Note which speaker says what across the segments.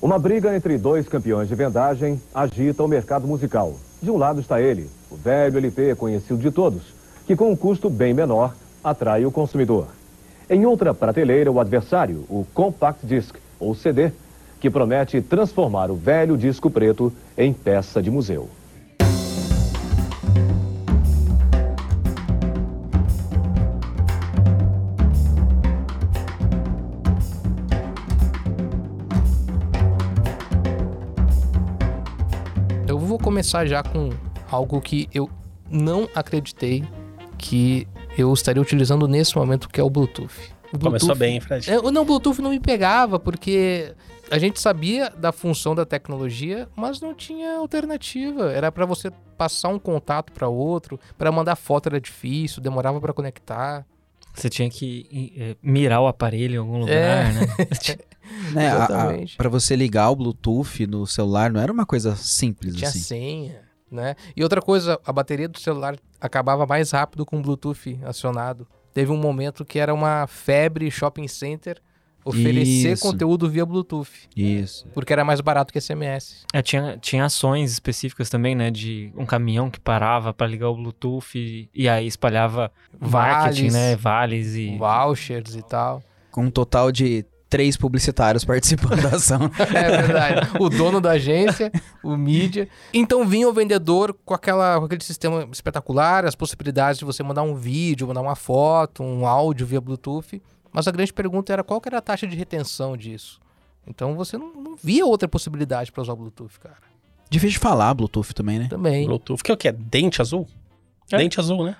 Speaker 1: Uma briga entre dois campeões de vendagem agita o mercado musical. De um lado está ele, o velho LP conhecido de todos, que com um custo bem menor atrai o consumidor. Em outra prateleira, o adversário, o Compact Disc, ou CD, que promete transformar o velho disco preto em peça de museu.
Speaker 2: Eu vou começar já com algo que eu não acreditei que eu estaria utilizando nesse momento, que é o Bluetooth. O
Speaker 3: Começou
Speaker 2: Bluetooth-
Speaker 3: bem, hein, Fred?
Speaker 2: É, não, o Bluetooth não me pegava, porque a gente sabia da função da tecnologia, mas não tinha alternativa. Era pra você passar um contato pra outro, pra mandar foto era difícil, demorava pra conectar.
Speaker 4: Você tinha que eh, mirar o aparelho em algum lugar,
Speaker 2: É.
Speaker 4: né?
Speaker 5: Né, a- a-
Speaker 2: Exatamente.
Speaker 5: pra você ligar o Bluetooth no celular, não era uma coisa simples
Speaker 2: Tinha
Speaker 5: assim.
Speaker 2: senha, né? E outra coisa, a bateria do celular acabava mais rápido com o Bluetooth acionado. Teve um momento que era uma febre shopping center oferecer
Speaker 5: Isso.
Speaker 2: conteúdo via Bluetooth,
Speaker 5: Isso.
Speaker 2: porque era mais barato que SMS.
Speaker 4: É, tinha, tinha ações específicas também, né? De um caminhão que parava pra ligar o Bluetooth e, e aí espalhava marketing,
Speaker 2: Vales.
Speaker 4: né? Vales e.
Speaker 2: Vouchers e tal.
Speaker 5: Com um total de três publicitários participando da ação.
Speaker 2: É verdade. O dono da agência, o mídia. Então vinha o vendedor com, aquela, com aquele sistema espetacular, as possibilidades de você mandar um vídeo, mandar uma foto, um áudio via Bluetooth. Mas a grande pergunta era qual que era a taxa de retenção disso. Então você não, não via outra possibilidade para usar o Bluetooth, cara.
Speaker 5: Difícil de falar Bluetooth também, né?
Speaker 2: Também.
Speaker 3: Bluetooth. Que é o que? Dente azul?
Speaker 4: É.
Speaker 3: Dente azul, né?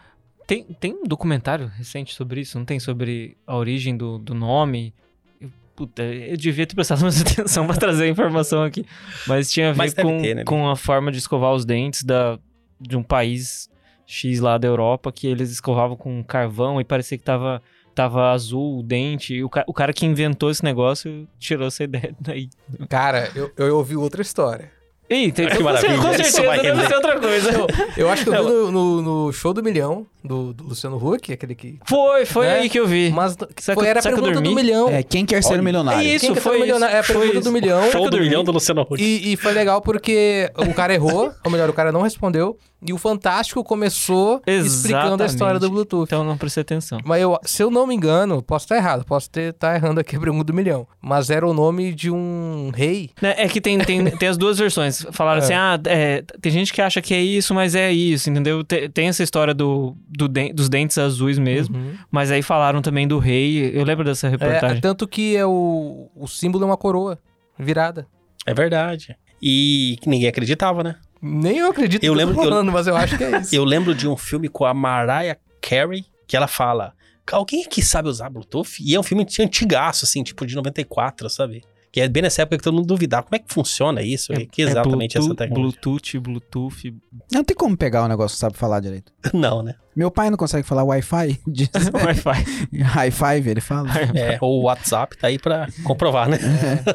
Speaker 4: Tem, tem um documentário recente sobre isso, não tem? Sobre a origem do, do nome. Eu, puta, eu devia ter prestado mais atenção pra trazer a informação aqui. Mas tinha a ver
Speaker 3: Mas deve
Speaker 4: com,
Speaker 3: ter, né,
Speaker 4: com a forma de escovar os dentes da, de um país X lá da Europa, que eles escovavam com carvão e parecia que tava, tava azul o dente. E o, ca- o cara que inventou esse negócio tirou essa ideia daí.
Speaker 2: Cara, eu, eu ouvi outra história.
Speaker 4: Ei, tem,
Speaker 3: Ah, Que
Speaker 4: com,
Speaker 3: maravilha,
Speaker 4: cer- com
Speaker 3: isso vai
Speaker 4: certeza deve
Speaker 3: render.
Speaker 4: ser outra coisa.
Speaker 2: Eu acho que eu vi no, no- no show do milhão, do, do Luciano Huck, aquele que.
Speaker 4: Foi, foi
Speaker 2: Né?
Speaker 4: aí que eu vi.
Speaker 2: Mas
Speaker 4: Será que
Speaker 2: foi,
Speaker 4: eu-
Speaker 2: era a
Speaker 4: será que eu
Speaker 2: pergunta do
Speaker 4: dormi?
Speaker 2: milhão.
Speaker 5: É, quem quer ser
Speaker 3: Olha,
Speaker 5: milionário?
Speaker 4: é isso.
Speaker 2: Quem quer ser
Speaker 4: foi
Speaker 2: milionário? É a
Speaker 4: foi
Speaker 2: pergunta
Speaker 4: isso.
Speaker 2: do milhão.
Speaker 3: Show do
Speaker 4: dormi.
Speaker 3: milhão do Luciano Huck.
Speaker 2: E, e foi legal porque o cara errou, ou melhor, o cara não respondeu, e o Fantástico começou explicando a
Speaker 4: Exatamente.
Speaker 2: história do Bluetooth.
Speaker 4: Então não prestei atenção.
Speaker 2: Mas eu, se eu não me engano, posso estar errado, posso estar errando aqui a pergunta do milhão, mas era o nome de um rei.
Speaker 4: Né, É que tem, tem, tem as duas versões. Falaram assim, ah, é, tem gente que acha que é isso, mas é isso, entendeu? Te- Tem, essa história do, do den- dos dentes azuis mesmo, mas aí falaram também do rei. Eu lembro dessa
Speaker 2: Uhum. É,
Speaker 4: reportagem.
Speaker 2: tanto que é o, o símbolo é uma coroa virada.
Speaker 3: É verdade. E que ninguém acreditava, né?
Speaker 2: Nem eu acredito
Speaker 3: Eu
Speaker 2: que
Speaker 3: lembro-
Speaker 2: tô
Speaker 3: eu-
Speaker 2: falando, mas eu acho que é isso.
Speaker 3: Eu lembro de um filme com a Mariah Carey, que ela fala: Alguém aqui sabe usar Bluetooth? E é um filme de antigaço, assim, tipo de 94, sabe? Que é bem nessa época que todo mundo duvidava. Como é que funciona isso? O que é exatamente essa
Speaker 4: Bluetooth,
Speaker 3: tecnologia?
Speaker 4: Bluetooth, Bluetooth.
Speaker 5: Não tem como pegar um negócio que sabe falar direito.
Speaker 3: Não, né?
Speaker 5: Meu pai não consegue falar Wi-Fi. Diz-
Speaker 4: Wi-Fi.
Speaker 5: High five, ele fala.
Speaker 3: É, ou o WhatsApp tá aí pra comprovar, né?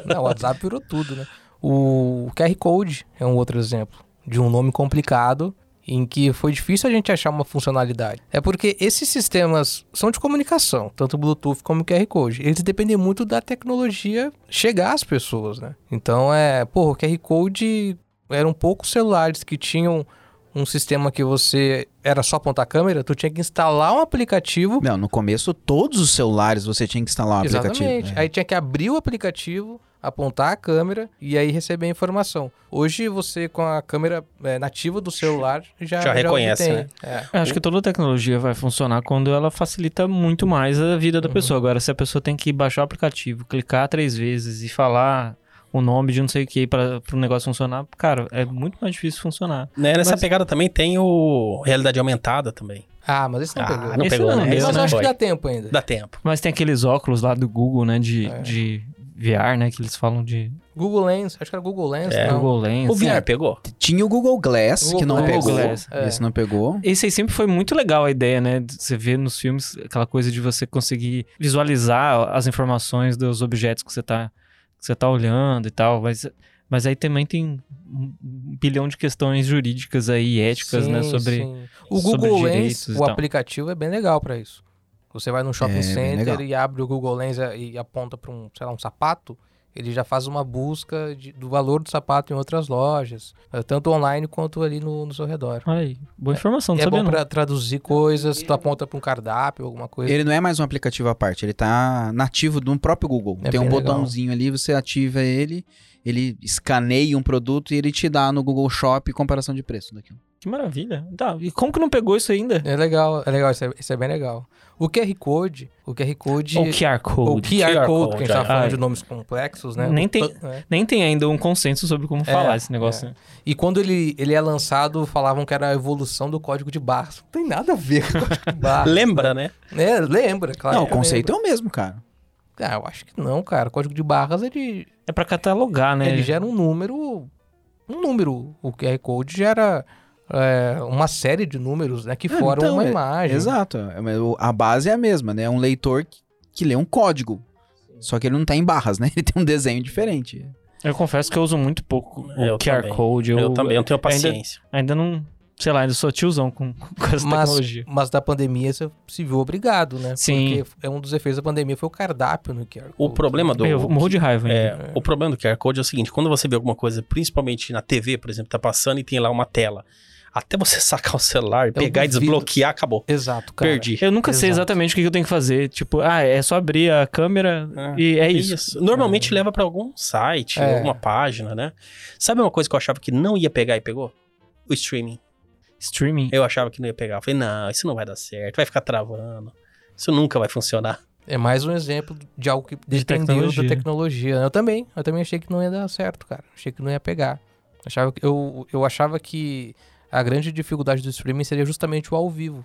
Speaker 2: É, não, o WhatsApp virou tudo, né? O QR Code é um outro exemplo de um nome complicado em que foi difícil a gente achar uma funcionalidade. É porque esses sistemas são de comunicação, tanto o Bluetooth como o QR Code. Eles dependem muito da tecnologia chegar às pessoas, né? Então é, porra, o QR Code eram poucos celulares que tinham um sistema que você era só apontar a câmera, tu tinha que instalar um aplicativo
Speaker 5: Não, no começo, todos os celulares você tinha que instalar um
Speaker 2: Exatamente.
Speaker 5: aplicativo.
Speaker 4: É.
Speaker 2: Aí tinha que abrir o aplicativo, apontar a câmera e aí receber a informação. Hoje você com a câmera é, nativa do celular já,
Speaker 3: Já reconhece,
Speaker 2: obtém.
Speaker 3: né?
Speaker 2: É.
Speaker 4: Acho que toda tecnologia vai funcionar quando ela facilita muito mais a vida da
Speaker 2: Uhum.
Speaker 4: pessoa. Agora, se a pessoa tem que baixar o aplicativo, clicar três vezes e falar o nome de não sei o que para o negócio funcionar, cara, é muito mais difícil funcionar.
Speaker 3: Né, Nessa
Speaker 4: Mas-
Speaker 3: pegada também tem o realidade aumentada também.
Speaker 2: Ah, mas esse não
Speaker 3: Ah,
Speaker 2: pegou.
Speaker 3: não
Speaker 4: Esse
Speaker 3: pegou,
Speaker 4: não
Speaker 3: né?
Speaker 4: deu,
Speaker 3: Esse
Speaker 2: mas
Speaker 3: não
Speaker 2: acho
Speaker 3: foi.
Speaker 2: que dá tempo ainda.
Speaker 3: Dá tempo.
Speaker 4: Mas tem aqueles óculos lá do Google, né? De,
Speaker 2: É.
Speaker 4: de VR, né? Que eles falam de
Speaker 2: Google Lens, acho que era Google Lens,
Speaker 3: É,
Speaker 2: não.
Speaker 4: Google
Speaker 3: O
Speaker 4: Lens.
Speaker 3: VR
Speaker 5: É.
Speaker 3: pegou?
Speaker 5: Tinha o Google Glass,
Speaker 2: Google
Speaker 5: que não
Speaker 2: Glass.
Speaker 5: pegou.
Speaker 4: Google Glass,
Speaker 2: é.
Speaker 5: Esse não pegou.
Speaker 4: Esse aí sempre foi muito legal a ideia, né? de Você vê nos filmes aquela coisa de você conseguir visualizar as informações dos objetos que você tá, que você tá olhando e tal. Mas, mas aí também tem um bilhão de questões jurídicas aí, éticas, né?
Speaker 2: Sim,
Speaker 4: Sobre.
Speaker 2: sim. O
Speaker 4: sobre
Speaker 2: Google Lens,
Speaker 4: direitos e
Speaker 2: o
Speaker 4: tal.
Speaker 2: aplicativo é bem legal pra isso. Você vai num shopping
Speaker 5: É, bem
Speaker 2: center
Speaker 5: legal.
Speaker 2: e abre o Google Lens e aponta pra um, sei lá, um sapato Ele já faz uma busca de- do valor do sapato em outras lojas, eh, tanto online quanto ali no, no seu redor.
Speaker 4: Olha aí, boa informação, não
Speaker 2: é
Speaker 4: sabia
Speaker 2: bom
Speaker 4: não.
Speaker 2: pra traduzir coisas, tu aponta pra um cardápio, alguma coisa.
Speaker 5: Ele não é mais um aplicativo à parte, ele tá nativo do próprio Google.
Speaker 2: É
Speaker 5: Tem um
Speaker 2: bem legal.
Speaker 5: botãozinho ali, você ativa ele, ele escaneia um produto e ele te dá no Google Shop comparação de preço daquilo.
Speaker 4: Que maravilha. Tá, e como que não pegou isso ainda?
Speaker 2: É legal, é legal, isso é, isso é bem legal. O QR Code, o QR Code...
Speaker 4: Ou QR Code?
Speaker 2: o QR
Speaker 3: QR
Speaker 2: Code, que a gente tá
Speaker 3: Code,
Speaker 2: falando
Speaker 4: é.
Speaker 2: de nomes complexos, né?
Speaker 4: Nem
Speaker 2: O
Speaker 4: tem-
Speaker 2: tan- né?
Speaker 4: Nem tem ainda um consenso sobre
Speaker 2: É,
Speaker 4: como falar esse negócio. né?
Speaker 2: E quando ele, ele é lançado, falavam que era a evolução do código de barras. Não tem nada a ver com o código de barras.
Speaker 3: Lembra, né?
Speaker 2: É, lembra, claro.
Speaker 5: não, o
Speaker 2: que
Speaker 5: conceito é o mesmo, cara.
Speaker 2: lembra. Ah, eu acho que não, cara. O código de barras, ele,
Speaker 4: É pra catalogar, né?
Speaker 2: ele gera um número... Um número. O QR Code gera é, uma série de números, né? Que
Speaker 5: É,
Speaker 2: foram
Speaker 5: então,
Speaker 2: uma
Speaker 5: é-
Speaker 2: imagem.
Speaker 5: Exato. é, mas o- A base é a mesma, né? É um leitor que, que lê um código. Só que ele não tá em barras, né? Ele tem um desenho diferente.
Speaker 4: Eu confesso que eu uso muito pouco o
Speaker 3: Eu
Speaker 4: QR
Speaker 3: também.
Speaker 4: Code.
Speaker 3: Eu, também, eu não tenho paciência.
Speaker 4: Ainda não, sei lá, ainda sou tiozão com, com essa
Speaker 2: Mas,
Speaker 4: tecnologia.
Speaker 2: mas da pandemia você se viu obrigado, né?
Speaker 4: Sim.
Speaker 2: Porque é um dos efeitos da pandemia foi o cardápio né, no QR Code.
Speaker 3: O problema do.
Speaker 4: Meu, eu morro de raiva ainda.
Speaker 3: É, O problema do QR Code é o seguinte: quando você vê alguma coisa, principalmente na TV, por exemplo, tá passando e tem lá uma tela. Até você sacar o celular, pegar e
Speaker 2: duvido.
Speaker 3: desbloquear, acabou.
Speaker 2: Exato, cara.
Speaker 3: Perdi.
Speaker 4: Eu nunca sei
Speaker 2: Exato.
Speaker 4: exatamente o que eu tenho que fazer. Tipo, ah, é só abrir a câmera
Speaker 3: É,
Speaker 4: e é isso.
Speaker 3: isso. Normalmente leva pra algum site,
Speaker 2: É.
Speaker 3: alguma página, né? Sabe uma coisa que eu achava que não ia pegar e pegou? O streaming.
Speaker 4: Streaming.
Speaker 3: Eu achava que não ia pegar. Eu falei, não, isso não vai dar certo, vai ficar travando. Isso nunca vai funcionar.
Speaker 2: É mais um exemplo de algo que dependeu
Speaker 4: tecnologia.
Speaker 2: da tecnologia. Eu também, eu também achei que não ia dar certo, cara. Achei que não ia pegar. Achava que- eu, eu achava que a grande dificuldade do streaming seria justamente o ao vivo.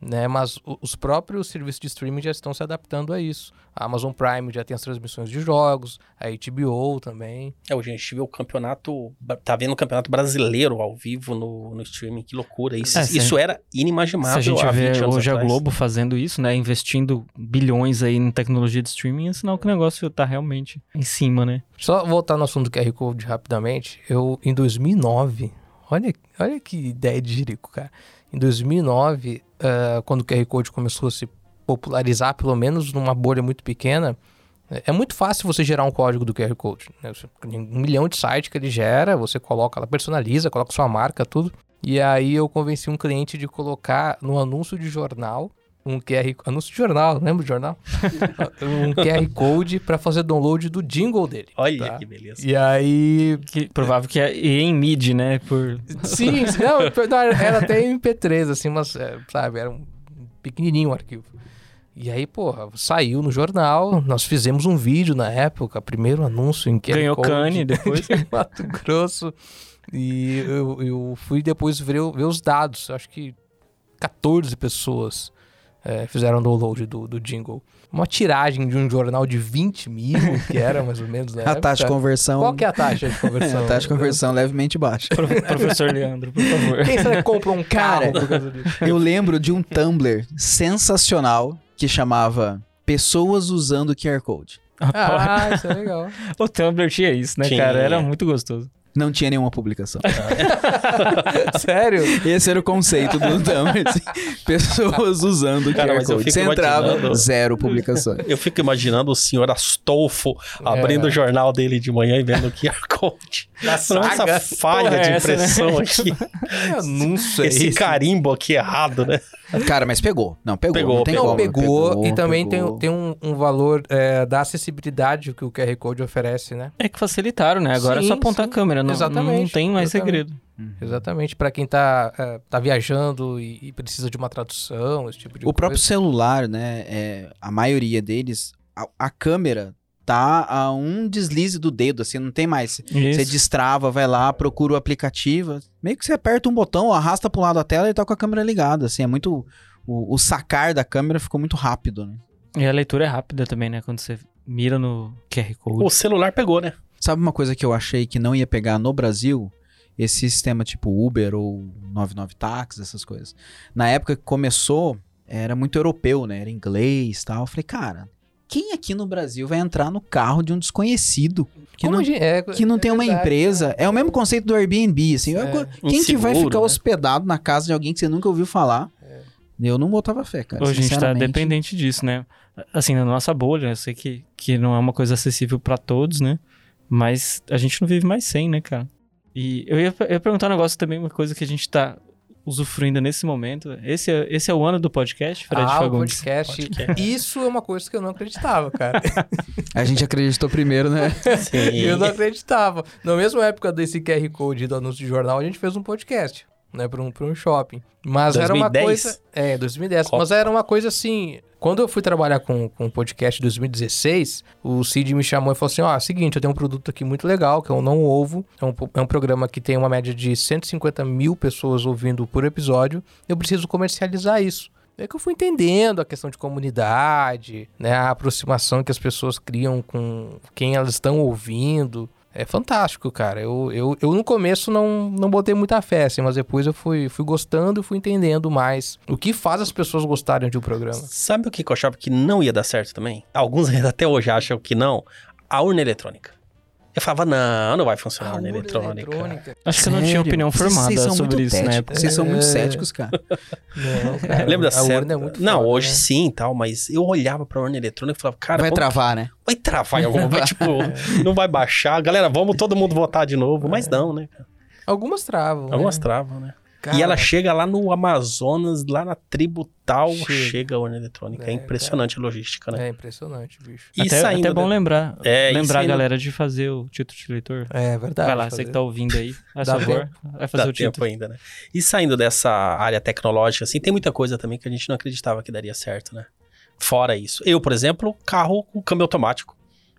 Speaker 2: Né? Mas o- os próprios serviços de streaming já estão se adaptando a isso. A Amazon Prime já tem as transmissões de jogos, a HBO também.
Speaker 3: É, hoje a gente vê o campeonato, tá vendo o campeonato brasileiro ao vivo no, no streaming, que loucura. Isso,
Speaker 4: É, se-
Speaker 3: isso era
Speaker 4: Se
Speaker 3: inimaginável
Speaker 4: a gente
Speaker 3: há 20
Speaker 4: vê
Speaker 3: anos
Speaker 4: hoje a
Speaker 3: atrás.
Speaker 4: Globo fazendo isso, né? Investindo bilhões aí em tecnologia de streaming, é sinal que o negócio tá realmente em cima, né?
Speaker 2: Só voltar no assunto do QR Code rapidamente. Eu, em 2009, olha, olha que ideia de jirico, cara. Em 2009, ah, quando o QR Code começou a se popularizar, pelo menos numa bolha muito pequena, é é muito fácil você gerar um código do QR Code. né? Você tem Um milhão de sites que ele gera, você coloca, ela personaliza, coloca sua marca, tudo. E aí eu convenci um cliente de colocar no anúncio de jornal um QR anúncio de jornal, lembra de jornal? um QR Code para fazer download do jingle dele.
Speaker 3: Olha
Speaker 2: Tá.
Speaker 3: que beleza.
Speaker 2: E aí.
Speaker 4: Que provável que é e em mid, né? Por...
Speaker 2: Sim, sim, não, não, era até MP3, assim, mas, é, sabe, era um pequenininho o arquivo. E aí, porra, saiu no jornal, nós fizemos um vídeo na época, primeiro anúncio em que
Speaker 4: Ganhou Cane depois.
Speaker 2: Mato Grosso. E eu, eu fui depois ver, o- ver os dados. Acho que 14 pessoas é, fizeram download do, do jingle. Uma tiragem de um jornal de 20 mil, que era mais ou menos. na
Speaker 5: a taxa de
Speaker 2: época.
Speaker 5: conversão.
Speaker 2: É, Qual que é a taxa de
Speaker 5: é,
Speaker 2: conversão? né?
Speaker 5: a taxa de
Speaker 2: Entendeu?
Speaker 5: conversão levemente baixa.
Speaker 4: Pro- Professor Leandro, por favor.
Speaker 2: Quem será que compra um
Speaker 5: Cara,
Speaker 2: carro por causa disso?
Speaker 5: Eu lembro de um Tumblr sensacional que chamava Pessoas usando QR Code.
Speaker 2: Ah, isso é legal.
Speaker 4: O Tumblr tinha isso, né,
Speaker 3: Tinha.
Speaker 4: cara? Era muito gostoso.
Speaker 5: Não tinha nenhuma publicação.
Speaker 2: Sério?
Speaker 5: Esse era o conceito do Tumblr. assim, Pessoas usando
Speaker 3: Cara,
Speaker 5: QR
Speaker 3: mas eu
Speaker 5: Code. Você
Speaker 3: fico
Speaker 5: entrava,
Speaker 3: imaginando-
Speaker 5: zero publicação.
Speaker 3: Eu fico imaginando o senhor Astolfo abrindo
Speaker 2: É.
Speaker 3: o jornal dele de manhã e vendo o QR Code.
Speaker 4: saga.
Speaker 3: Essa falha
Speaker 4: Porra,
Speaker 3: de
Speaker 4: é essa, né?
Speaker 3: impressão aqui.
Speaker 2: Eu não sei.
Speaker 3: Esse carimbo aqui errado, né?
Speaker 5: Cara, mas pegou. Não, pegou.
Speaker 3: Pegou,
Speaker 5: não tem
Speaker 2: Não,
Speaker 5: como,
Speaker 2: um pegou, e também
Speaker 5: pegou.
Speaker 2: tem, tem um, um valor é, da acessibilidade que o QR Code oferece, né?
Speaker 4: É que facilitaram, né? Agora é
Speaker 2: Sim,
Speaker 4: só apontar
Speaker 2: sim.
Speaker 4: a câmera. Não,
Speaker 2: Exatamente,
Speaker 4: não tem mais
Speaker 2: exatamente.
Speaker 4: segredo.
Speaker 5: Uhum.
Speaker 2: Exatamente, para quem tá, é, tá viajando e, e precisa de uma tradução, esse tipo de
Speaker 5: O
Speaker 2: coisa.
Speaker 5: próprio celular, né? é, a maioria deles, a, a câmera tá a um deslize do dedo, assim, não tem mais.
Speaker 4: Isso.
Speaker 5: Você destrava, vai lá, procura o aplicativo. Meio que você aperta um botão, arrasta pro lado da tela e tá com a câmera ligada. Assim, é muito. O, o sacar da câmera ficou muito rápido, né?
Speaker 4: E a leitura é rápida também, né? Quando você mira no QR Code.
Speaker 3: O celular pegou, né?
Speaker 5: Sabe uma coisa que eu achei que não ia pegar no Brasil? Esse sistema tipo Uber ou 99 Táxi, essas coisas. Na época que começou, era muito europeu, né? Era inglês e tal. Eu falei, cara, quem aqui no Brasil vai entrar no carro de um desconhecido? Que
Speaker 2: Como
Speaker 5: não
Speaker 2: a gente- é,
Speaker 5: que não tem uma
Speaker 2: verdade,
Speaker 5: empresa.
Speaker 2: né?
Speaker 5: É o mesmo conceito do Airbnb, assim.
Speaker 2: É.
Speaker 5: Quem que vai
Speaker 3: Inseguro,
Speaker 5: ficar
Speaker 3: né?
Speaker 5: hospedado na casa de alguém que você nunca ouviu falar? Eu não botava fé, cara.
Speaker 4: Hoje a gente tá
Speaker 5: sinceramente.
Speaker 4: dependente disso, né? Assim, na nossa bolha, eu sei que, que não é uma coisa acessível pra todos, né? Mas a gente não vive mais sem, né, cara? E eu ia, eu ia perguntar um negócio também, uma coisa que a gente tá usufruindo nesse momento. Esse é, esse é o ano do podcast, Fred
Speaker 2: ah, o
Speaker 4: Fagundes?
Speaker 2: podcast. Isso é uma coisa que eu não acreditava, cara.
Speaker 5: A gente acreditou primeiro, né?
Speaker 2: Eu não acreditava. Na mesma época desse QR Code do anúncio de jornal, a gente fez um podcast, né? Pra um, pra um shopping. Mas era uma
Speaker 3: 2010?
Speaker 2: coisa. É, 2010.
Speaker 3: Copa.
Speaker 2: Mas era uma coisa assim. Quando eu fui trabalhar com, com o podcast em 2016, o Cid me chamou e falou assim: ó, seguinte, eu tenho um produto aqui muito legal, que é o Não Ovo. É um, po- é um programa que tem uma média de 150 mil pessoas ouvindo por episódio. Eu preciso comercializar isso. É que eu fui entendendo a questão de comunidade, né? A aproximação que as pessoas criam com quem elas estão ouvindo. É fantástico, cara. Eu, eu, eu no começo não, não botei muita fé, assim, mas depois eu fui, fui gostando e fui entendendo mais o que faz as pessoas gostarem de um programa.
Speaker 3: Sabe o que que eu achava que não ia dar certo também? Alguns ainda até hoje acham que não. A urna eletrônica. Eu falava, não, não vai funcionar a urna, Ah, eletrônica.
Speaker 4: Acho que eu não tinha
Speaker 5: Sério?
Speaker 4: opinião
Speaker 5: Vocês-
Speaker 4: formada
Speaker 5: vocês são
Speaker 4: sobre
Speaker 5: muito
Speaker 4: isso, né?
Speaker 5: céticos, Vocês são muito céticos, cara.
Speaker 2: Não, cara,
Speaker 3: Lembra da
Speaker 2: a
Speaker 3: série?
Speaker 2: urna é muito
Speaker 3: não,
Speaker 2: foda,
Speaker 3: hoje
Speaker 2: né?
Speaker 3: sim e tal, mas eu olhava pra urna eletrônica e falava, cara,
Speaker 5: Vai
Speaker 3: vamos-
Speaker 5: travar, né?
Speaker 3: vai travar em alguma vai, tipo, não vai baixar. Galera, vamos todo mundo votar de novo. Mas não, né?
Speaker 2: Algumas travam.
Speaker 3: Algumas
Speaker 2: né?
Speaker 3: travam, né?
Speaker 2: Cara,
Speaker 3: E ela chega lá no Amazonas, lá na tribo tal,
Speaker 2: Chega.
Speaker 3: chega, a urna eletrônica. É,
Speaker 2: É,
Speaker 3: impressionante a logística,
Speaker 2: É
Speaker 3: né?
Speaker 2: impressionante, bicho.
Speaker 3: E
Speaker 4: até,
Speaker 3: saindo
Speaker 4: até bom
Speaker 3: da-
Speaker 4: lembrar.
Speaker 3: É, e
Speaker 4: lembrar a
Speaker 3: saindo-
Speaker 4: galera de fazer o título de leitor.
Speaker 2: É verdade.
Speaker 4: Vai lá,
Speaker 2: fazer.
Speaker 4: você que tá ouvindo aí, faz
Speaker 2: Dá
Speaker 4: favor, vai
Speaker 3: Dá
Speaker 4: fazer o
Speaker 3: tempo
Speaker 4: título.
Speaker 3: ainda, né? E saindo dessa área tecnológica, assim, tem muita coisa também que a gente não acreditava que daria certo, né? Fora isso. Eu, por exemplo, carro com câmbio automático.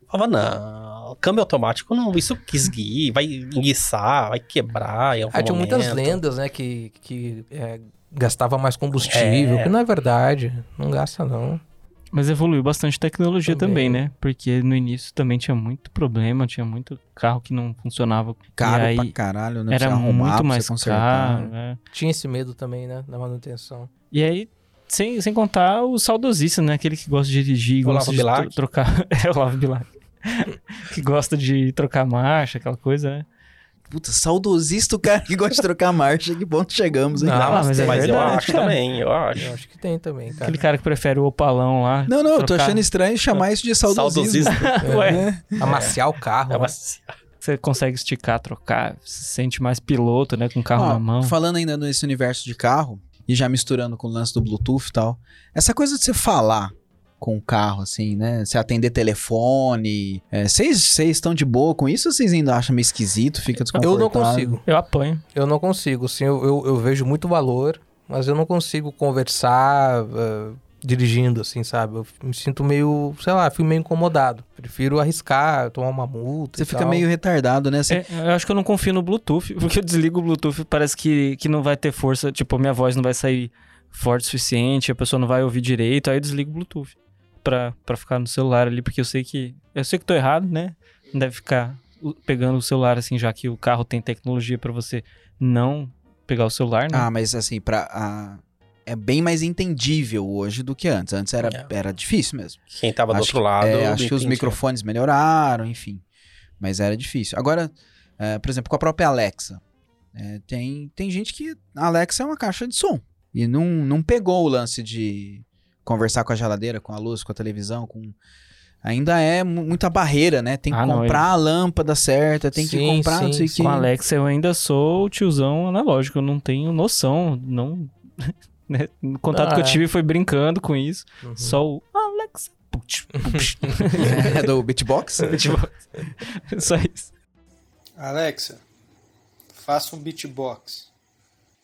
Speaker 3: Falava, não, câmbio automático não, isso que esguia, vai enguiçar, vai quebrar em algum
Speaker 2: Ah, tinha muitas
Speaker 3: momento.
Speaker 2: lendas, né, que, que é, gastava mais combustível,
Speaker 3: É.
Speaker 2: que não é verdade. Não gasta, não.
Speaker 4: Mas evoluiu bastante a tecnologia
Speaker 2: Também.
Speaker 4: também. né? Porque no início também tinha muito problema, tinha muito carro que não funcionava.
Speaker 5: Caro
Speaker 4: e
Speaker 5: pra
Speaker 4: aí
Speaker 5: caralho, né?
Speaker 4: era
Speaker 5: Precisa arrumar pra
Speaker 4: muito
Speaker 5: você
Speaker 4: mais
Speaker 5: consertar.
Speaker 4: caro, né?
Speaker 2: Tinha esse medo também, né, da manutenção.
Speaker 4: E aí, sem, sem contar o saudosista, né? Aquele que gosta de dirigir,
Speaker 3: Olavo
Speaker 4: gosta de tro-
Speaker 3: Bilac.
Speaker 4: trocar... é, Olavo Bilac. que gosta de trocar marcha, aquela coisa, né?
Speaker 5: Puta, saudosista o cara que gosta de trocar marcha. Que ponto chegamos, hein?
Speaker 2: Não,
Speaker 5: cara?
Speaker 4: Ah, mas é
Speaker 3: Mas eu
Speaker 4: verdade,
Speaker 3: acho
Speaker 4: cara.
Speaker 3: também, eu acho.
Speaker 2: Eu acho que tem também, cara.
Speaker 4: Aquele cara que prefere o opalão lá.
Speaker 5: Não, não, eu tô
Speaker 4: trocar.
Speaker 5: achando estranho chamar isso de saudosismo. É.
Speaker 3: Saudosismo.
Speaker 4: Ué,
Speaker 2: Amaciar o carro.
Speaker 3: É uma-
Speaker 2: né?
Speaker 4: você consegue esticar, trocar, se sente mais piloto, né? Com o carro
Speaker 5: Ó,
Speaker 4: na mão.
Speaker 5: Falando ainda nesse universo de carro, e já misturando com o lance do Bluetooth e tal, essa coisa de você falar com o carro, assim, né? Você atender telefone. é, Vocês vocês estão de boa com isso ou vocês ainda acham meio esquisito? Fica
Speaker 2: Eu
Speaker 5: desconfortável?
Speaker 2: não consigo.
Speaker 4: Eu apanho.
Speaker 2: Eu não consigo. Assim, eu, eu, eu vejo muito valor, mas eu não consigo conversar eh, dirigindo, assim, sabe? Eu me sinto meio, sei lá, fico meio incomodado. Prefiro arriscar, tomar uma multa.
Speaker 5: Você
Speaker 2: e
Speaker 5: fica
Speaker 2: tal.
Speaker 5: meio retardado, né? Você-
Speaker 4: É, eu acho que eu não confio no Bluetooth, porque eu desligo o Bluetooth, parece que, que não vai ter força, tipo, a minha voz não vai sair forte o suficiente, a pessoa não vai ouvir direito, aí eu desligo o Bluetooth pra, pra ficar no celular ali, porque eu sei que. Eu sei que tô errado, né? Não deve ficar o- pegando o celular assim, já que o carro tem tecnologia pra você não pegar o celular, né?
Speaker 5: Ah, mas assim, pra. a- É bem mais entendível hoje do que antes. Antes era,
Speaker 3: É.
Speaker 5: era difícil mesmo.
Speaker 3: Quem tava do
Speaker 5: Acho
Speaker 3: outro
Speaker 4: Ah,
Speaker 3: lado.
Speaker 5: É,
Speaker 3: não
Speaker 5: acho que os
Speaker 3: entendia.
Speaker 5: microfones melhoraram, enfim. Mas era difícil. Agora, é, por exemplo, com a própria Alexa. é, tem, tem gente que a Alexa é uma caixa de som. E não, não pegou o lance de conversar com a geladeira, com a luz, com a televisão, com. Ainda é mu- muita barreira, né? Tem que
Speaker 4: Ah, não,
Speaker 5: comprar a lâmpada certa, tem que
Speaker 2: Sim,
Speaker 5: comprar, não
Speaker 2: sim,
Speaker 5: sei o
Speaker 2: sim.
Speaker 5: que.
Speaker 4: Com a Alexa eu ainda sou o tiozão analógico, eu não tenho noção, não. né? O contato
Speaker 2: Ah,
Speaker 4: que
Speaker 2: é.
Speaker 4: eu tive foi brincando com isso.
Speaker 2: Uhum.
Speaker 4: Só o Alexa. Putz, putz,
Speaker 5: É do beatbox?
Speaker 4: tipo, só isso.
Speaker 6: Alexa, faça um beatbox.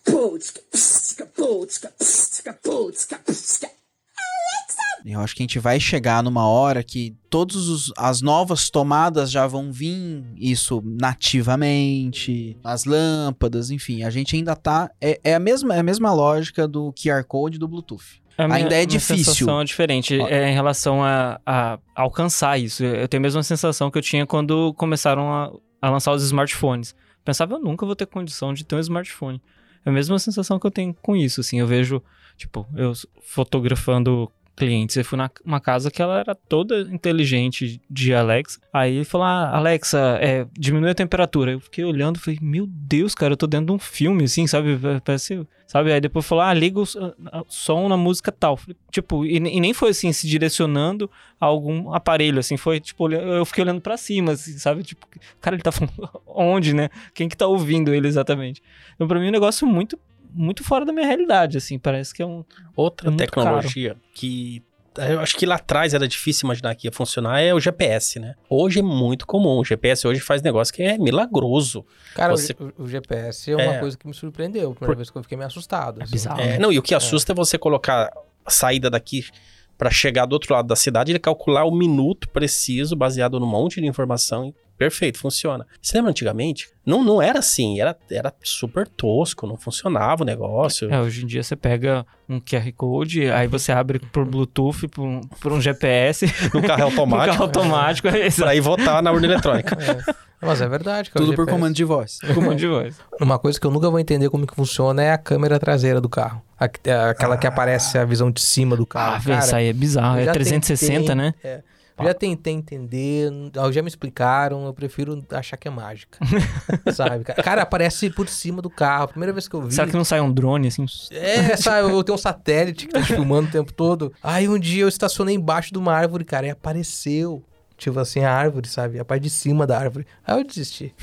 Speaker 7: Polska, pska, Polska, pska, Polska, pska.
Speaker 5: Eu acho que a gente vai chegar numa hora que todas as novas tomadas já vão vir, isso nativamente, as lâmpadas, enfim, a gente ainda tá. É, é a, mesma, é a mesma lógica do QR Code do Bluetooth.
Speaker 4: A
Speaker 5: Ainda
Speaker 4: minha
Speaker 5: é difícil.
Speaker 4: sensação é diferente é em relação a, a alcançar isso. Eu tenho a mesma sensação que eu tinha quando começaram a, a lançar os smartphones. Pensava, eu nunca vou ter condição de ter um smartphone. É a mesma sensação que eu tenho com isso, assim. Eu vejo, tipo, eu s- fotografando clientes. Eu fui na- uma casa que ela era toda inteligente de Alexa. Aí ele falou: ah, Alexa, é, diminui a temperatura. Eu fiquei olhando e falei, meu Deus, cara, eu tô dentro de um filme, assim, sabe? Parece. Sabe? Aí depois falou: ah, liga o s- a- som na música tal. Falei, tipo, e, ne- e nem foi assim, se direcionando a algum aparelho, assim, foi, tipo, olha- eu fiquei olhando pra cima, assim, sabe? Tipo, cara, ele tá falando onde, né? Quem que tá ouvindo ele exatamente? Então, pra mim, é um negócio muito. Muito fora da minha realidade, assim. Parece que é um.
Speaker 3: Outra
Speaker 4: É muito
Speaker 3: tecnologia que eh, eu acho que lá atrás era difícil imaginar que ia funcionar é o GPS, né? Hoje é muito comum. O GPS hoje faz negócio que é milagroso.
Speaker 2: Cara, o
Speaker 3: Você-
Speaker 2: G- o, GPS é uma
Speaker 3: É.
Speaker 2: coisa que me surpreendeu. A primeira vez que eu fiquei meio assustado. assim.
Speaker 4: bizarro.
Speaker 3: É, não, e o que assusta é você colocar a saída daqui pra chegar do outro lado da cidade, ele calcular o minuto preciso baseado num monte de informação. e Perfeito, funciona. Você lembra antigamente? Não, não era assim, era, era super tosco, não funcionava o negócio.
Speaker 4: É, hoje em dia você pega um QR Code, aí você abre por Bluetooth, por um, por um GPS,
Speaker 3: No carro
Speaker 4: um
Speaker 3: automático.
Speaker 4: carro automático, é aí você
Speaker 3: Pra ir votar na urna eletrônica.
Speaker 2: É. Mas é verdade, cara. o
Speaker 5: Tudo por
Speaker 2: GPS.
Speaker 5: comando de voz.
Speaker 4: com um monte de voz.
Speaker 2: Uma coisa que eu nunca vou entender como que funciona é a câmera traseira do carro. A- é aquela que aparece a visão de cima do carro.
Speaker 4: Ah, velho,
Speaker 2: cara,
Speaker 4: isso aí é bizarro.
Speaker 2: eu
Speaker 4: É
Speaker 2: já
Speaker 4: 360,
Speaker 2: tentei.
Speaker 4: né?
Speaker 2: eu já tentei entender, n- já me explicaram, eu prefiro achar que é mágica. sabe? cara? Cara, aparece por cima do carro. A primeira vez que eu vi.
Speaker 4: Será que não sai um drone assim?
Speaker 2: É, sabe, eu tenho um satélite que tá te filmando o tempo todo. Aí um dia eu estacionei embaixo de uma árvore, cara, e apareceu. Tipo assim, a árvore, sabe? A parte de cima da árvore. Aí eu desisti.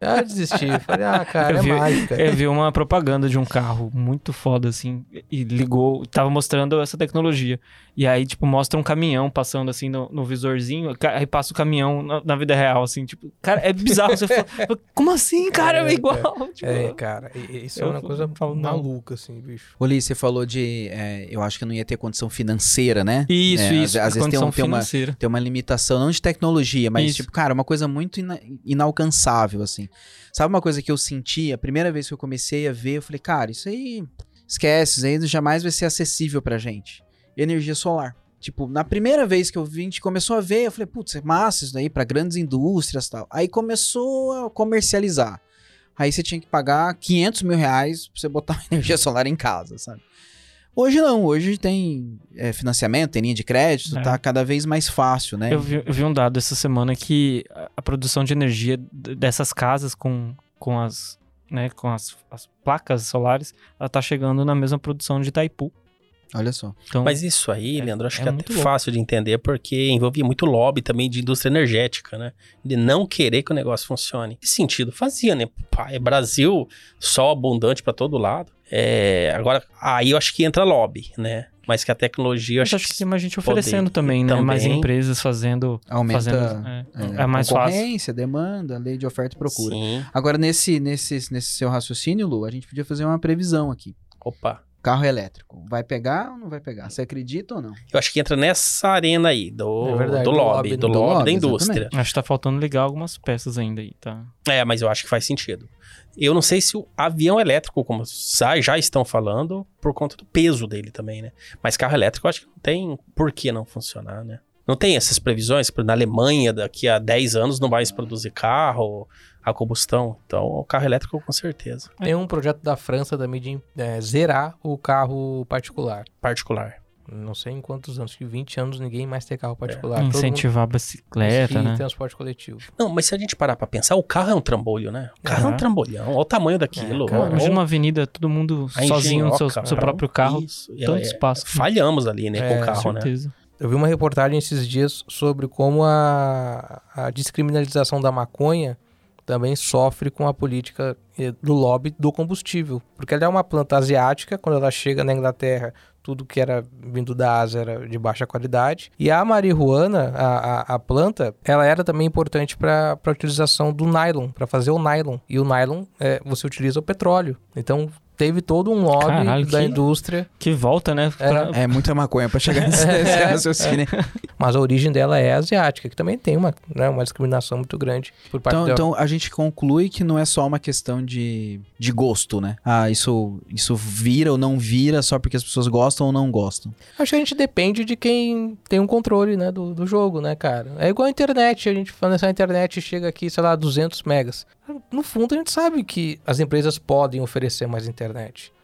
Speaker 2: Aí eu desisti. Falei, ah, cara,
Speaker 4: Eu
Speaker 2: é
Speaker 4: vi-
Speaker 2: mágica.
Speaker 4: Eu vi uma propaganda de um carro muito foda, assim, e ligou, tava mostrando essa tecnologia. E aí, tipo, mostra um caminhão passando, assim, no, no visorzinho, ca- aí passa o caminhão na, na vida real, assim, tipo, cara, é bizarro. Você fala, como assim, cara? É,
Speaker 2: É,
Speaker 4: igual. Tipo,
Speaker 2: É, cara, e- e isso é
Speaker 4: eu
Speaker 2: uma coisa
Speaker 4: falo, não.
Speaker 2: maluca, assim, bicho.
Speaker 5: Ô, Liz, você falou de. é, eu acho que não ia ter condição financeira, né?
Speaker 4: Isso,
Speaker 5: É,
Speaker 4: isso.
Speaker 5: Às, às vezes tem, um,
Speaker 4: condição
Speaker 5: tem uma,
Speaker 4: financeira.
Speaker 5: tem uma limitação, não de tecnologia, mas,
Speaker 4: Isso.
Speaker 5: tipo, cara, uma coisa muito ina- inalcançável, assim. Sabe uma coisa que eu senti a primeira vez que eu comecei a ver? Eu falei, cara, isso aí esquece, isso aí jamais vai ser acessível pra gente. Energia solar. Tipo, na primeira vez que eu vi, a gente começou a ver, eu falei, putz, é massa isso daí pra grandes indústrias e tal. Aí começou a comercializar. Aí você tinha que pagar 500 mil reais pra você botar uma energia solar em casa, sabe? Hoje não, hoje tem é, financiamento, tem linha de crédito,
Speaker 4: É.
Speaker 5: tá cada vez mais fácil, né?
Speaker 4: Eu vi, eu vi um dado essa semana que a- a produção de energia d- dessas casas com, com as né, com as, as placas solares, ela tá chegando na mesma produção de Itaipu.
Speaker 5: Olha só.
Speaker 4: Então,
Speaker 3: Mas isso aí,
Speaker 4: É-
Speaker 3: Leandro, acho
Speaker 4: é
Speaker 3: que é
Speaker 4: muito
Speaker 3: até
Speaker 4: louco.
Speaker 3: fácil de entender, porque envolvia muito lobby também de indústria energética, né? De não querer que o negócio funcione. Que sentido fazia, né? Pá, é Brasil, sol abundante pra todo lado. É, agora, aí eu acho que entra lobby, né? Mas que a tecnologia, eu
Speaker 4: mas
Speaker 3: acho,
Speaker 4: acho que
Speaker 3: que...
Speaker 4: tem mais gente oferecendo também, né?
Speaker 3: também.
Speaker 4: Mais empresas fazendo.
Speaker 5: Aumenta
Speaker 4: fazendo é,
Speaker 5: é,
Speaker 4: é mais fácil.
Speaker 5: concorrência, demanda, lei de oferta e procura.
Speaker 3: Sim,
Speaker 5: Agora, nesse, nesse, nesse seu raciocínio, Lu, a gente podia fazer uma previsão aqui.
Speaker 3: opa.
Speaker 5: Carro elétrico, vai pegar ou não vai pegar? Você acredita ou não?
Speaker 3: Eu acho que entra nessa arena aí, do,
Speaker 2: É verdade,
Speaker 3: do
Speaker 2: do
Speaker 3: lobby,
Speaker 2: lobby,
Speaker 3: do
Speaker 5: do
Speaker 3: lobby, da
Speaker 5: lobby,
Speaker 3: indústria.
Speaker 4: Acho que tá faltando ligar algumas peças ainda aí, tá?
Speaker 3: É, mas eu acho que faz sentido. Eu não sei se o avião elétrico, como já, já estão falando, por conta do peso dele também, né? Mas carro elétrico eu acho que não tem por que não funcionar, né? Não tem essas previsões, por exemplo, na Alemanha daqui a 10 anos não vai se produzir carro a combustão. Então, o carro elétrico com certeza,
Speaker 2: Tem um projeto da França também de é, zerar o carro particular.
Speaker 3: particular.
Speaker 2: Não sei em quantos anos, acho que 20 anos ninguém mais tem carro particular. Tá, Todo mundo
Speaker 4: Incentivar a
Speaker 2: esqui,
Speaker 4: bicicleta, É. né?
Speaker 2: transporte coletivo.
Speaker 3: Não, mas se a gente parar pra pensar, o carro é um trambolho, né? O carro é, um
Speaker 4: É.
Speaker 3: trambolhão, olha o tamanho daquilo.
Speaker 2: É, cara,
Speaker 3: olha
Speaker 4: Imagina uma avenida, todo mundo
Speaker 3: a
Speaker 4: sozinho no seu,
Speaker 3: engenhoca,
Speaker 4: seu
Speaker 3: né?
Speaker 4: próprio carro.
Speaker 3: Isso,
Speaker 4: tanto
Speaker 3: é,
Speaker 4: espaço.
Speaker 3: Falhamos ali, né, com
Speaker 2: É,
Speaker 3: o carro,
Speaker 4: Com
Speaker 3: né?
Speaker 4: certeza.
Speaker 2: Eu vi uma reportagem esses dias sobre como a, a descriminalização da maconha também sofre com a política eh, do lobby do combustível. Porque ela é uma planta asiática, quando ela chega na Inglaterra, tudo que era vindo da Ásia era de baixa qualidade. E a marihuana, a, a, a planta, ela era também importante para a utilização do nylon, para fazer o nylon. E o nylon, eh, você utiliza o petróleo. Então, teve todo um lobby
Speaker 4: Caralho,
Speaker 2: da
Speaker 4: que-
Speaker 2: indústria
Speaker 4: Que volta, né? Pra-
Speaker 5: É muita maconha pra chegar nesse, nesse raciocínio.
Speaker 2: Mas a origem dela é asiática, que também tem uma, né, uma discriminação muito grande por parte
Speaker 5: Então,
Speaker 2: dela.
Speaker 5: então a gente conclui que não é só uma questão de, de gosto, né? Ah, isso, isso vira ou não vira só porque as pessoas gostam ou não gostam.
Speaker 2: Acho que a gente depende de quem tem um controle né, do, assim, do jogo, né, cara? É igual a internet, a gente falando essa internet chega aqui, sei lá, 200 megas. no fundo, a gente sabe que as empresas podem oferecer mais internet.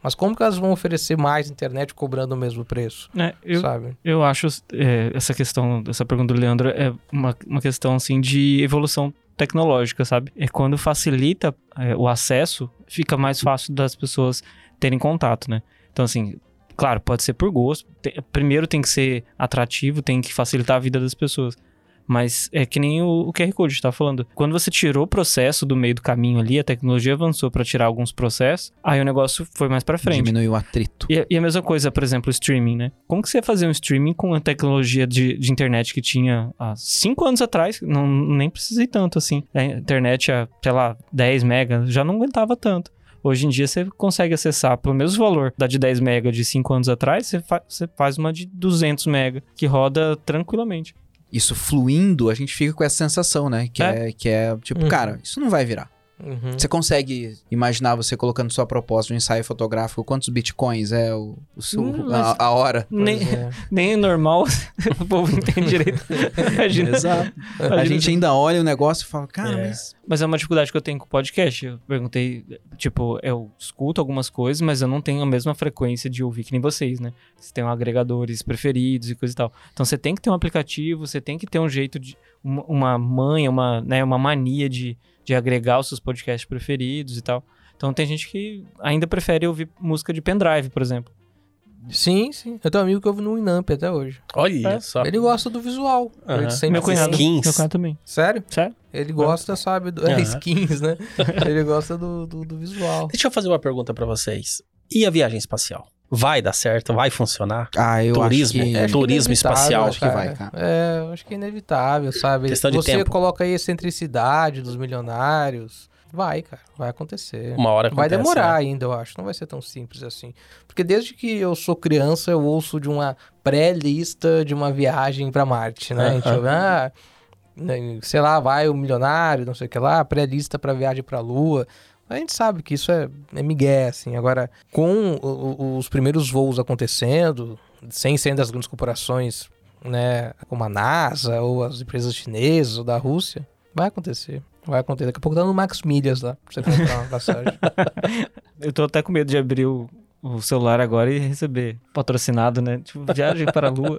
Speaker 2: Mas como que elas vão oferecer mais internet cobrando o mesmo preço?
Speaker 4: É, eu,
Speaker 2: Sabe?
Speaker 4: eu acho é, essa questão, essa pergunta do Leandro é uma, uma questão assim de evolução tecnológica, sabe? É quando facilita é, o acesso, fica mais fácil das pessoas terem contato, né? Então, assim, claro, pode ser por gosto. Te- primeiro tem que ser atrativo, tem que facilitar a vida das pessoas. Mas é que nem o, o QR Code está falando. Quando você tirou o processo do meio do caminho ali, a tecnologia avançou para tirar alguns processos, aí o negócio foi mais para frente.
Speaker 5: Diminui o atrito.
Speaker 4: E, a- e a mesma coisa, por exemplo, o streaming, né? Como que você ia fazer um streaming com a tecnologia de, de internet que tinha há cinco anos atrás? Não, nem precisei tanto, assim. A internet, a, sei lá, 10 mega, já não aguentava tanto. Hoje em dia, você consegue acessar pelo mesmo valor da de 10 mega de cinco anos atrás, você, fa- você faz uma de 200 mega, que roda tranquilamente.
Speaker 5: Isso fluindo, a gente fica com essa sensação, né? Que é, que é tipo,
Speaker 2: Uhum.
Speaker 5: cara, isso não vai virar.
Speaker 2: Uhum.
Speaker 5: Você consegue imaginar você colocando sua proposta de um ensaio fotográfico, quantos bitcoins é o, o seu-
Speaker 4: Hum, mas-
Speaker 5: a, a hora?
Speaker 2: Pois
Speaker 4: Nem,
Speaker 2: é.
Speaker 4: nem é normal, o povo não entende direito. Imagina,
Speaker 5: Exato. A
Speaker 4: imagina
Speaker 5: gente ainda olha o negócio e fala, cara,
Speaker 3: É.
Speaker 5: mas.
Speaker 4: Mas é uma dificuldade que eu tenho com o podcast. Eu perguntei, tipo, eu escuto algumas coisas, mas eu não tenho a mesma frequência de ouvir que nem vocês, né? Vocês têm agregadores preferidos e coisa e tal. Então você tem que ter um aplicativo, você tem que ter um jeito de. Uma, uma manha, uma, né, uma mania de, de agregar os seus podcasts preferidos e tal. Então tem gente que ainda prefere ouvir música de pendrive, por exemplo.
Speaker 2: Sim, sim. Eu tenho um amigo que ouve no Winamp até hoje.
Speaker 3: Olha
Speaker 4: É.
Speaker 3: só.
Speaker 2: Ele gosta do visual.
Speaker 3: Tá. Aham.
Speaker 2: Ele sempre
Speaker 4: Meu cunhado,
Speaker 3: skins.
Speaker 4: meu cunhado também.
Speaker 2: Sério?
Speaker 4: Sério?
Speaker 2: Ele gosta, sabe? Do... É,
Speaker 3: Aham.
Speaker 2: skins, né? Ele gosta do, do, do visual.
Speaker 3: Deixa eu fazer uma pergunta pra vocês. E a viagem espacial? Vai dar certo? Vai funcionar?
Speaker 5: Ah, eu
Speaker 3: Turismo.
Speaker 5: acho que.
Speaker 2: É, acho que
Speaker 3: Turismo
Speaker 2: inevitável,
Speaker 3: espacial.
Speaker 5: Acho que vai, cara.
Speaker 2: É, acho que é inevitável, sabe?
Speaker 3: Questão de
Speaker 2: Você
Speaker 3: tempo.
Speaker 2: coloca aí a excentricidade dos milionários. Vai, cara. Vai acontecer.
Speaker 3: Uma hora
Speaker 2: Vai
Speaker 3: acontece,
Speaker 2: demorar
Speaker 3: né?
Speaker 2: ainda, eu acho. Não vai ser tão simples assim. Porque desde que eu sou criança, eu ouço de uma pré-lista de uma viagem pra Marte, né? A gente ouve, ah, né, sei lá, vai o milionário, não sei o que lá, pré-lista pra viagem pra Lua. A gente sabe que isso é, é migué, assim. Agora, com o- o- os primeiros voos acontecendo, sem ser das grandes corporações, né, como a NASA ou as empresas chinesas ou da Rússia, vai acontecer. Vai acontecer. Daqui a pouco tá no Max Milhas lá, pra você comprar uma passagem.
Speaker 4: Eu tô até com medo de abrir o, o celular agora e receber patrocinado, né? Tipo, viagem para a lua.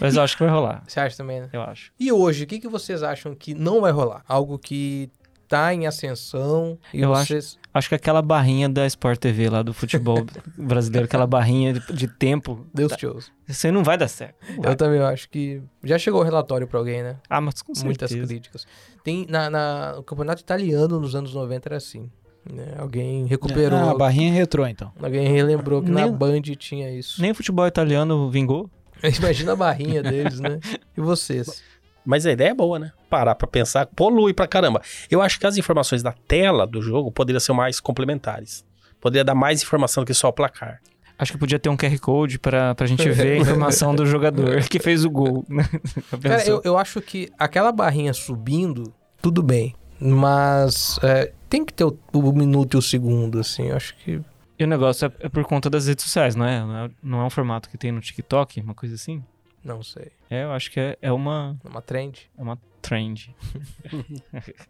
Speaker 4: Mas eu acho que vai rolar.
Speaker 2: Você acha também, né?
Speaker 4: Eu acho.
Speaker 2: E hoje, o que, que vocês acham que não vai rolar? Algo que tá em ascensão e
Speaker 4: Eu
Speaker 2: vocês...
Speaker 4: Acho que aquela barrinha da Sport TV lá do futebol brasileiro, aquela barrinha de, de tempo,
Speaker 2: Deus te ouça.
Speaker 4: você não vai dar certo. Não tá vai.
Speaker 2: Eu também acho que... Já chegou o relatório pra alguém, né?
Speaker 4: Ah, mas com
Speaker 2: Muitas
Speaker 4: certeza.
Speaker 2: críticas. Tem na, na- O campeonato italiano nos anos 90 era assim. né? Alguém recuperou...
Speaker 5: Ah, a barrinha retrô, então.
Speaker 2: Alguém relembrou que na
Speaker 4: Nem-
Speaker 2: Band tinha isso.
Speaker 4: Nem o futebol italiano vingou.
Speaker 2: Imagina a barrinha deles, né? E vocês?
Speaker 3: Mas a ideia é boa, né? Parar pra pensar, polui pra caramba. Eu acho que as informações da tela do jogo poderiam ser mais complementares. Poderia dar mais informação do que só o placar.
Speaker 4: Acho que podia ter um QR Code pra, pra gente ver a informação do jogador que fez o gol. né? Já
Speaker 2: Cara,
Speaker 4: pensou?
Speaker 2: eu, eu acho que aquela barrinha subindo, tudo bem. Mas é, tem que ter o, o minuto e o segundo, assim. Eu acho que.
Speaker 4: E o negócio é, é por conta das redes sociais, não é? Não é- Não é um formato que tem no TikTok, uma coisa assim?
Speaker 2: Não sei.
Speaker 4: É, eu acho que é, é uma
Speaker 2: É uma trend.
Speaker 4: É uma trend.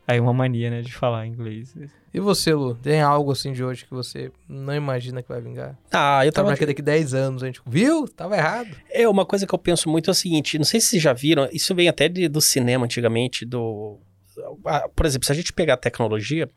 Speaker 4: Aí uma mania, né, de falar inglês.
Speaker 2: E você, Lu? Tem algo assim de hoje que você não imagina que vai vingar? Tá
Speaker 3: Ah, eu
Speaker 2: Tava
Speaker 3: tava.
Speaker 2: que daqui 10 anos a gente. Viu? Tava errado.
Speaker 3: É, uma coisa que eu penso muito é o seguinte: não sei se vocês já viram, isso vem até de- do cinema antigamente, do. ah, Por exemplo, se a gente pegar a tecnologia,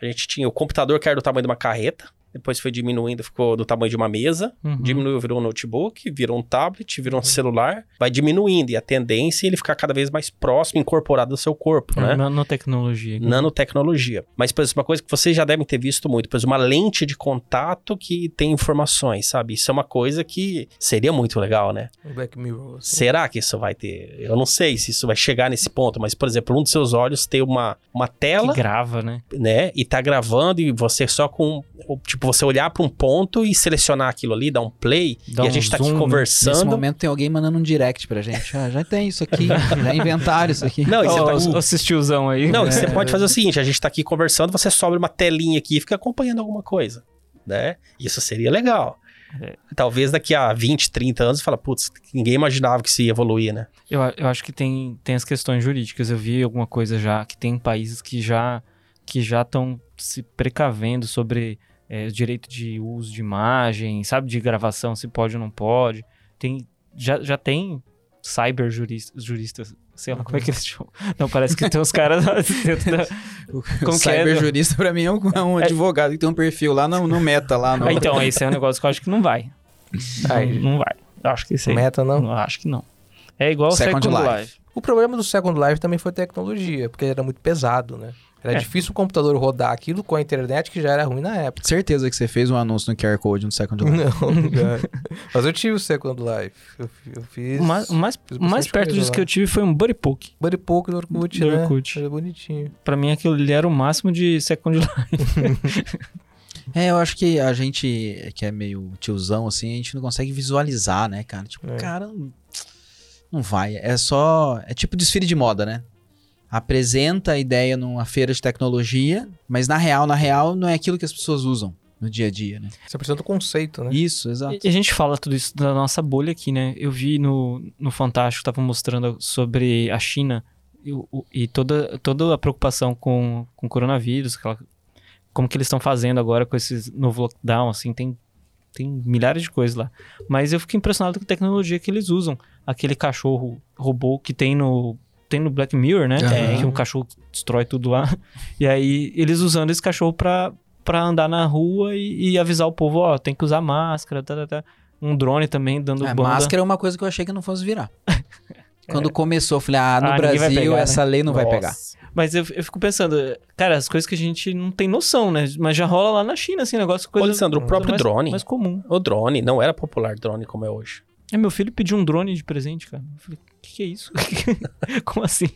Speaker 3: a gente tinha o computador que era do tamanho de uma carreta, depois foi diminuindo, ficou do tamanho de uma mesa.
Speaker 4: Uhum.
Speaker 3: Diminuiu, virou um notebook, virou um tablet, virou um celular. Vai diminuindo e a tendência é ele ficar cada vez mais próximo, incorporado ao seu
Speaker 4: É
Speaker 3: corpo, né?
Speaker 4: Nanotecnologia.
Speaker 3: Nanotecnologia. Mas, por exemplo, uma coisa que vocês já devem ter visto muito, por exemplo, uma lente de contato que tem informações, sabe? Isso é uma coisa que seria muito legal, né?
Speaker 2: Um Black Mirror. assim.
Speaker 3: Será que isso vai ter? Eu não sei se isso vai chegar nesse ponto, mas, por exemplo, um dos seus olhos tem uma, uma tela
Speaker 4: Que grava, né?
Speaker 3: né? E tá gravando e você só com. o- Tipo, você olhar pra um ponto e selecionar aquilo ali, dar um play.
Speaker 4: Dá
Speaker 3: e a
Speaker 4: um
Speaker 3: gente tá
Speaker 4: zoom,
Speaker 3: aqui
Speaker 4: né?
Speaker 5: Nesse
Speaker 3: conversando.
Speaker 5: momento tem alguém mandando um direct pra gente. Ah, já tem isso aqui, já inventaram isso aqui.
Speaker 3: Não, e você
Speaker 4: Ó,
Speaker 3: tá-
Speaker 4: os- os tiozão aí.
Speaker 3: Não,
Speaker 4: né?
Speaker 3: e você pode fazer o seguinte: a gente tá aqui conversando, você sobe uma telinha aqui e fica acompanhando alguma coisa. Né? Isso seria legal.
Speaker 4: É.
Speaker 3: Talvez daqui a 20, 30 anos você fala, putz, ninguém imaginava que isso ia evoluir, né?
Speaker 4: Eu, a- eu acho que tem, tem as questões jurídicas. Eu vi alguma coisa já que tem países que já. que já estão se precavendo sobre é, direito de uso de imagem, sabe, de gravação, se pode ou não pode. Tem, já, já tem cyber juristas, juristas sei lá como é que eles chamam. Não, parece que tem uns caras dentro da... Como que é?
Speaker 5: Cyberjurista, pra mim, é um, é um advogado que tem um perfil lá no, no meta, lá no.
Speaker 4: Ah, então, esse é um negócio que eu acho que não vai.
Speaker 2: Aí,
Speaker 4: Não vai. Eu acho que esse aí.
Speaker 2: Meta não.
Speaker 4: Eu acho que não. É igual o
Speaker 5: Second
Speaker 4: Second,
Speaker 5: Life.
Speaker 4: Life.
Speaker 2: O problema do Second Life também foi a tecnologia, porque ele era muito pesado, né? Era
Speaker 4: É.
Speaker 2: difícil o computador rodar aquilo com a internet que já era ruim na época.
Speaker 5: Certeza que você fez um anúncio no QR Code no Second Life.
Speaker 2: Não, cara. Mas eu tive o Second Life. Eu, fi- eu fiz.
Speaker 4: O mais, o mais,
Speaker 2: fiz
Speaker 4: o mais
Speaker 2: bastante
Speaker 4: perto
Speaker 2: coisa
Speaker 4: disso
Speaker 2: lá.
Speaker 4: que eu tive foi um Buddy Poke.
Speaker 2: Buddy Poke do Orkut,
Speaker 4: Do
Speaker 2: né?
Speaker 4: Orkut.
Speaker 2: Era bonitinho.
Speaker 4: Pra mim, aquilo ali era o máximo de Second Life.
Speaker 5: É, eu acho que a gente que é meio tiozão, assim, a gente não consegue visualizar, né, cara? Tipo,
Speaker 2: É.
Speaker 5: cara, não- não vai. É só. É tipo desfile de moda, né? Apresenta a ideia numa feira de tecnologia, mas na real, na real, não é aquilo que as pessoas usam no dia a dia, né?
Speaker 2: Você precisa do conceito, né?
Speaker 5: Isso, exato.
Speaker 4: E a gente fala tudo isso da nossa bolha aqui, né? Eu vi no, no Fantástico, tava mostrando sobre a China e, o- o- e toda, toda a preocupação com, com o coronavírus, aquela- como que eles estão fazendo agora com esse novo lockdown, assim, tem, tem milhares de coisas lá. Mas eu fico impressionado com a tecnologia que eles usam. Aquele cachorro robô que tem no, tem no Black Mirror, né?
Speaker 5: Aham.
Speaker 4: Que um cachorro destrói tudo lá. E aí, eles usando esse cachorro pra, pra andar na rua e, e avisar o povo, ó, tem que usar máscara, tá, tá, tá. Um drone também dando
Speaker 5: É,
Speaker 4: banda.
Speaker 5: máscara é uma coisa que eu achei que não fosse virar. Quando começou, eu falei, ah, no
Speaker 4: Ah, ninguém vai
Speaker 5: Brasil
Speaker 4: pegar, né?
Speaker 5: essa lei não vai
Speaker 3: Nossa.
Speaker 5: pegar.
Speaker 4: Mas eu, eu fico pensando, cara, as coisas que a gente não tem noção, né? Mas já rola lá na China, assim, negócio...
Speaker 3: Ô,
Speaker 4: Coisa,
Speaker 3: Alessandro, o
Speaker 4: coisa
Speaker 3: próprio
Speaker 4: mais,
Speaker 3: drone.
Speaker 4: Mais comum.
Speaker 3: O drone, não era popular drone como é hoje.
Speaker 4: É, meu filho pediu um drone de presente, cara. Eu falei, o que, que é isso? Como assim?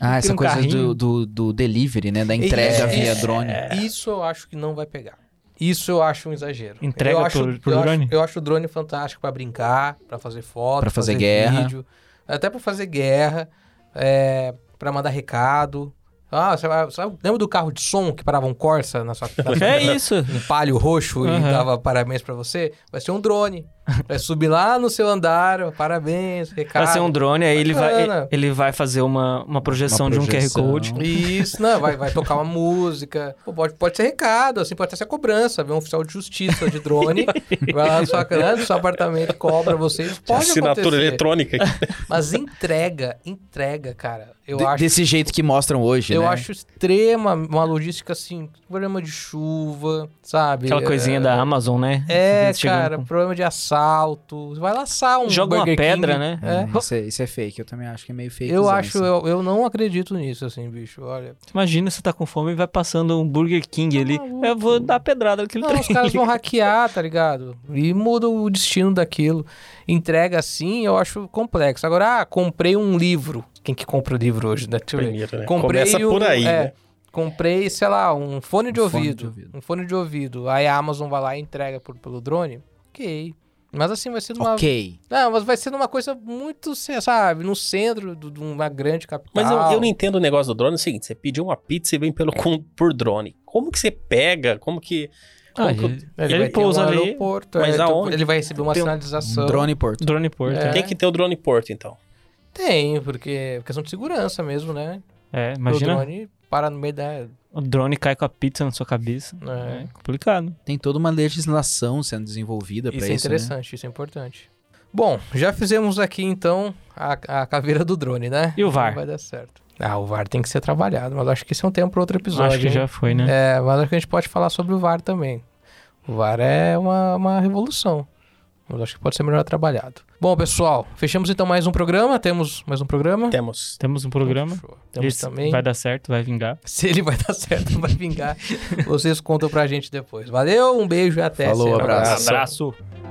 Speaker 5: Ah, essa
Speaker 4: um
Speaker 5: coisa do,
Speaker 4: carrinho.
Speaker 5: do, do delivery, né? Da entrega
Speaker 2: É.
Speaker 5: via drone.
Speaker 2: Isso eu acho que não vai pegar. Isso eu acho um exagero.
Speaker 4: Entrega
Speaker 2: eu acho,
Speaker 4: por- por
Speaker 2: eu acho-
Speaker 4: drone?
Speaker 2: eu acho o drone fantástico pra brincar, pra fazer foto,
Speaker 5: Pra fazer guerra.
Speaker 2: vídeo, até pra fazer guerra, é, para mandar recado. Ah, você vai- sabe- lembra do carro de som que parava um Corsa na sua, na sua-
Speaker 4: É isso.
Speaker 2: um palio roxo e
Speaker 4: Aham.
Speaker 2: dava parabéns pra você? Vai ser um drone. Vai subir lá no seu andar, parabéns, recado.
Speaker 4: Vai ser um drone, aí ele vai,
Speaker 2: bacana.
Speaker 4: ele vai fazer uma, uma, projeção de um QR
Speaker 5: projeção.
Speaker 4: Code.
Speaker 2: Isso, não, vai, vai tocar uma música. Pô, pode, pode ser recado, assim, pode até ser cobrança. Vem um oficial de justiça de drone, vai lá na sua casa, no seu apartamento, cobra vocês. Pode
Speaker 3: Assinatura
Speaker 2: acontecer.
Speaker 3: eletrônica.
Speaker 2: Mas entrega, entrega, cara. Eu
Speaker 5: De-
Speaker 2: acho.
Speaker 5: Desse jeito que mostram hoje,
Speaker 2: Eu
Speaker 5: né?
Speaker 2: acho extrema uma logística assim, problema de chuva, sabe?
Speaker 4: Aquela coisinha da Amazon, né?
Speaker 2: É,
Speaker 4: Eles chegam
Speaker 2: cara,
Speaker 4: com-
Speaker 2: problema de assalto. Vai laçar um.
Speaker 4: Joga uma
Speaker 2: Burger
Speaker 4: pedra,
Speaker 2: King.
Speaker 4: né?
Speaker 2: É.
Speaker 5: É, Isso, é, isso é fake, eu também acho que é meio fake.
Speaker 2: Eu acho, eu, eu não acredito nisso, assim, bicho. Olha.
Speaker 4: Imagina, você tá com fome e vai passando um Burger King ali. Eu vou dar pedrada naquele
Speaker 2: Não,
Speaker 4: trem.
Speaker 2: Tá Ah, os caras vão hackear, tá ligado? E muda o destino daquilo. Entrega assim, eu acho complexo. Agora, ah, comprei um livro. Quem que compra o livro hoje, né? Deixa eu ver.
Speaker 3: Primeiro, né?
Speaker 2: Comprei
Speaker 3: Começa
Speaker 2: um-
Speaker 3: por aí,
Speaker 2: é,
Speaker 3: né?
Speaker 2: Comprei, sei lá, um fone, de,
Speaker 5: Um fone de
Speaker 2: ouvido,
Speaker 5: ouvido.
Speaker 2: Um fone de ouvido. Aí a Amazon vai lá e entrega por- pelo drone. Ok. Mas assim, vai ser numa.
Speaker 5: Ok.
Speaker 2: Não, mas vai ser numa coisa muito, cê sabe, no centro do- de uma grande capital.
Speaker 3: Mas eu, eu não entendo o negócio do drone. É o seguinte, você pediu uma pizza e vem pelo, com- por drone. Como que você pega? Como que...
Speaker 4: Ah,
Speaker 3: como que-
Speaker 4: ele,
Speaker 2: Ele, vai
Speaker 4: pousa
Speaker 2: ter um
Speaker 4: ali,
Speaker 2: aeroporto,
Speaker 3: mas
Speaker 2: é, tipo,
Speaker 3: aonde?
Speaker 2: ele vai receber uma
Speaker 3: Tem um
Speaker 2: sinalização.
Speaker 5: Drone Porto.
Speaker 4: drone porto.
Speaker 2: É.
Speaker 4: É,
Speaker 3: Tem que ter o drone porto, então.
Speaker 2: Tem, porque é questão de segurança mesmo, né? O
Speaker 4: É, imagina,
Speaker 2: drone para no meio da.
Speaker 4: o drone cai com a pizza na sua cabeça.
Speaker 2: É.
Speaker 4: É, complicado.
Speaker 5: Tem toda uma legislação sendo desenvolvida pra
Speaker 2: Isso
Speaker 5: isso. né?
Speaker 2: é
Speaker 4: né?
Speaker 2: interessante, isso é importante. Bom, já fizemos aqui então a, a caveira do drone, né?
Speaker 4: E o VAR?
Speaker 2: Não vai dar certo. Ah, o VAR tem que ser trabalhado, mas eu acho que esse é um tempo para outro episódio.
Speaker 4: Acho que
Speaker 2: hein?
Speaker 4: já foi, né?
Speaker 2: É, mas acho que a gente pode falar sobre o VAR também. O VAR é uma, uma revolução. Mas acho que pode ser melhor trabalhado. Bom, pessoal, fechamos então mais um programa. Temos mais um programa?
Speaker 3: Temos.
Speaker 4: Temos um programa.
Speaker 2: Show. Temos
Speaker 4: Esse
Speaker 2: também.
Speaker 4: Vai dar certo, vai vingar.
Speaker 2: Se ele vai dar certo, não vai vingar. Vocês contam pra gente depois. Valeu, um beijo e até
Speaker 5: Falou,
Speaker 2: semana.
Speaker 5: abraço.
Speaker 3: Abraço.
Speaker 4: Abraço.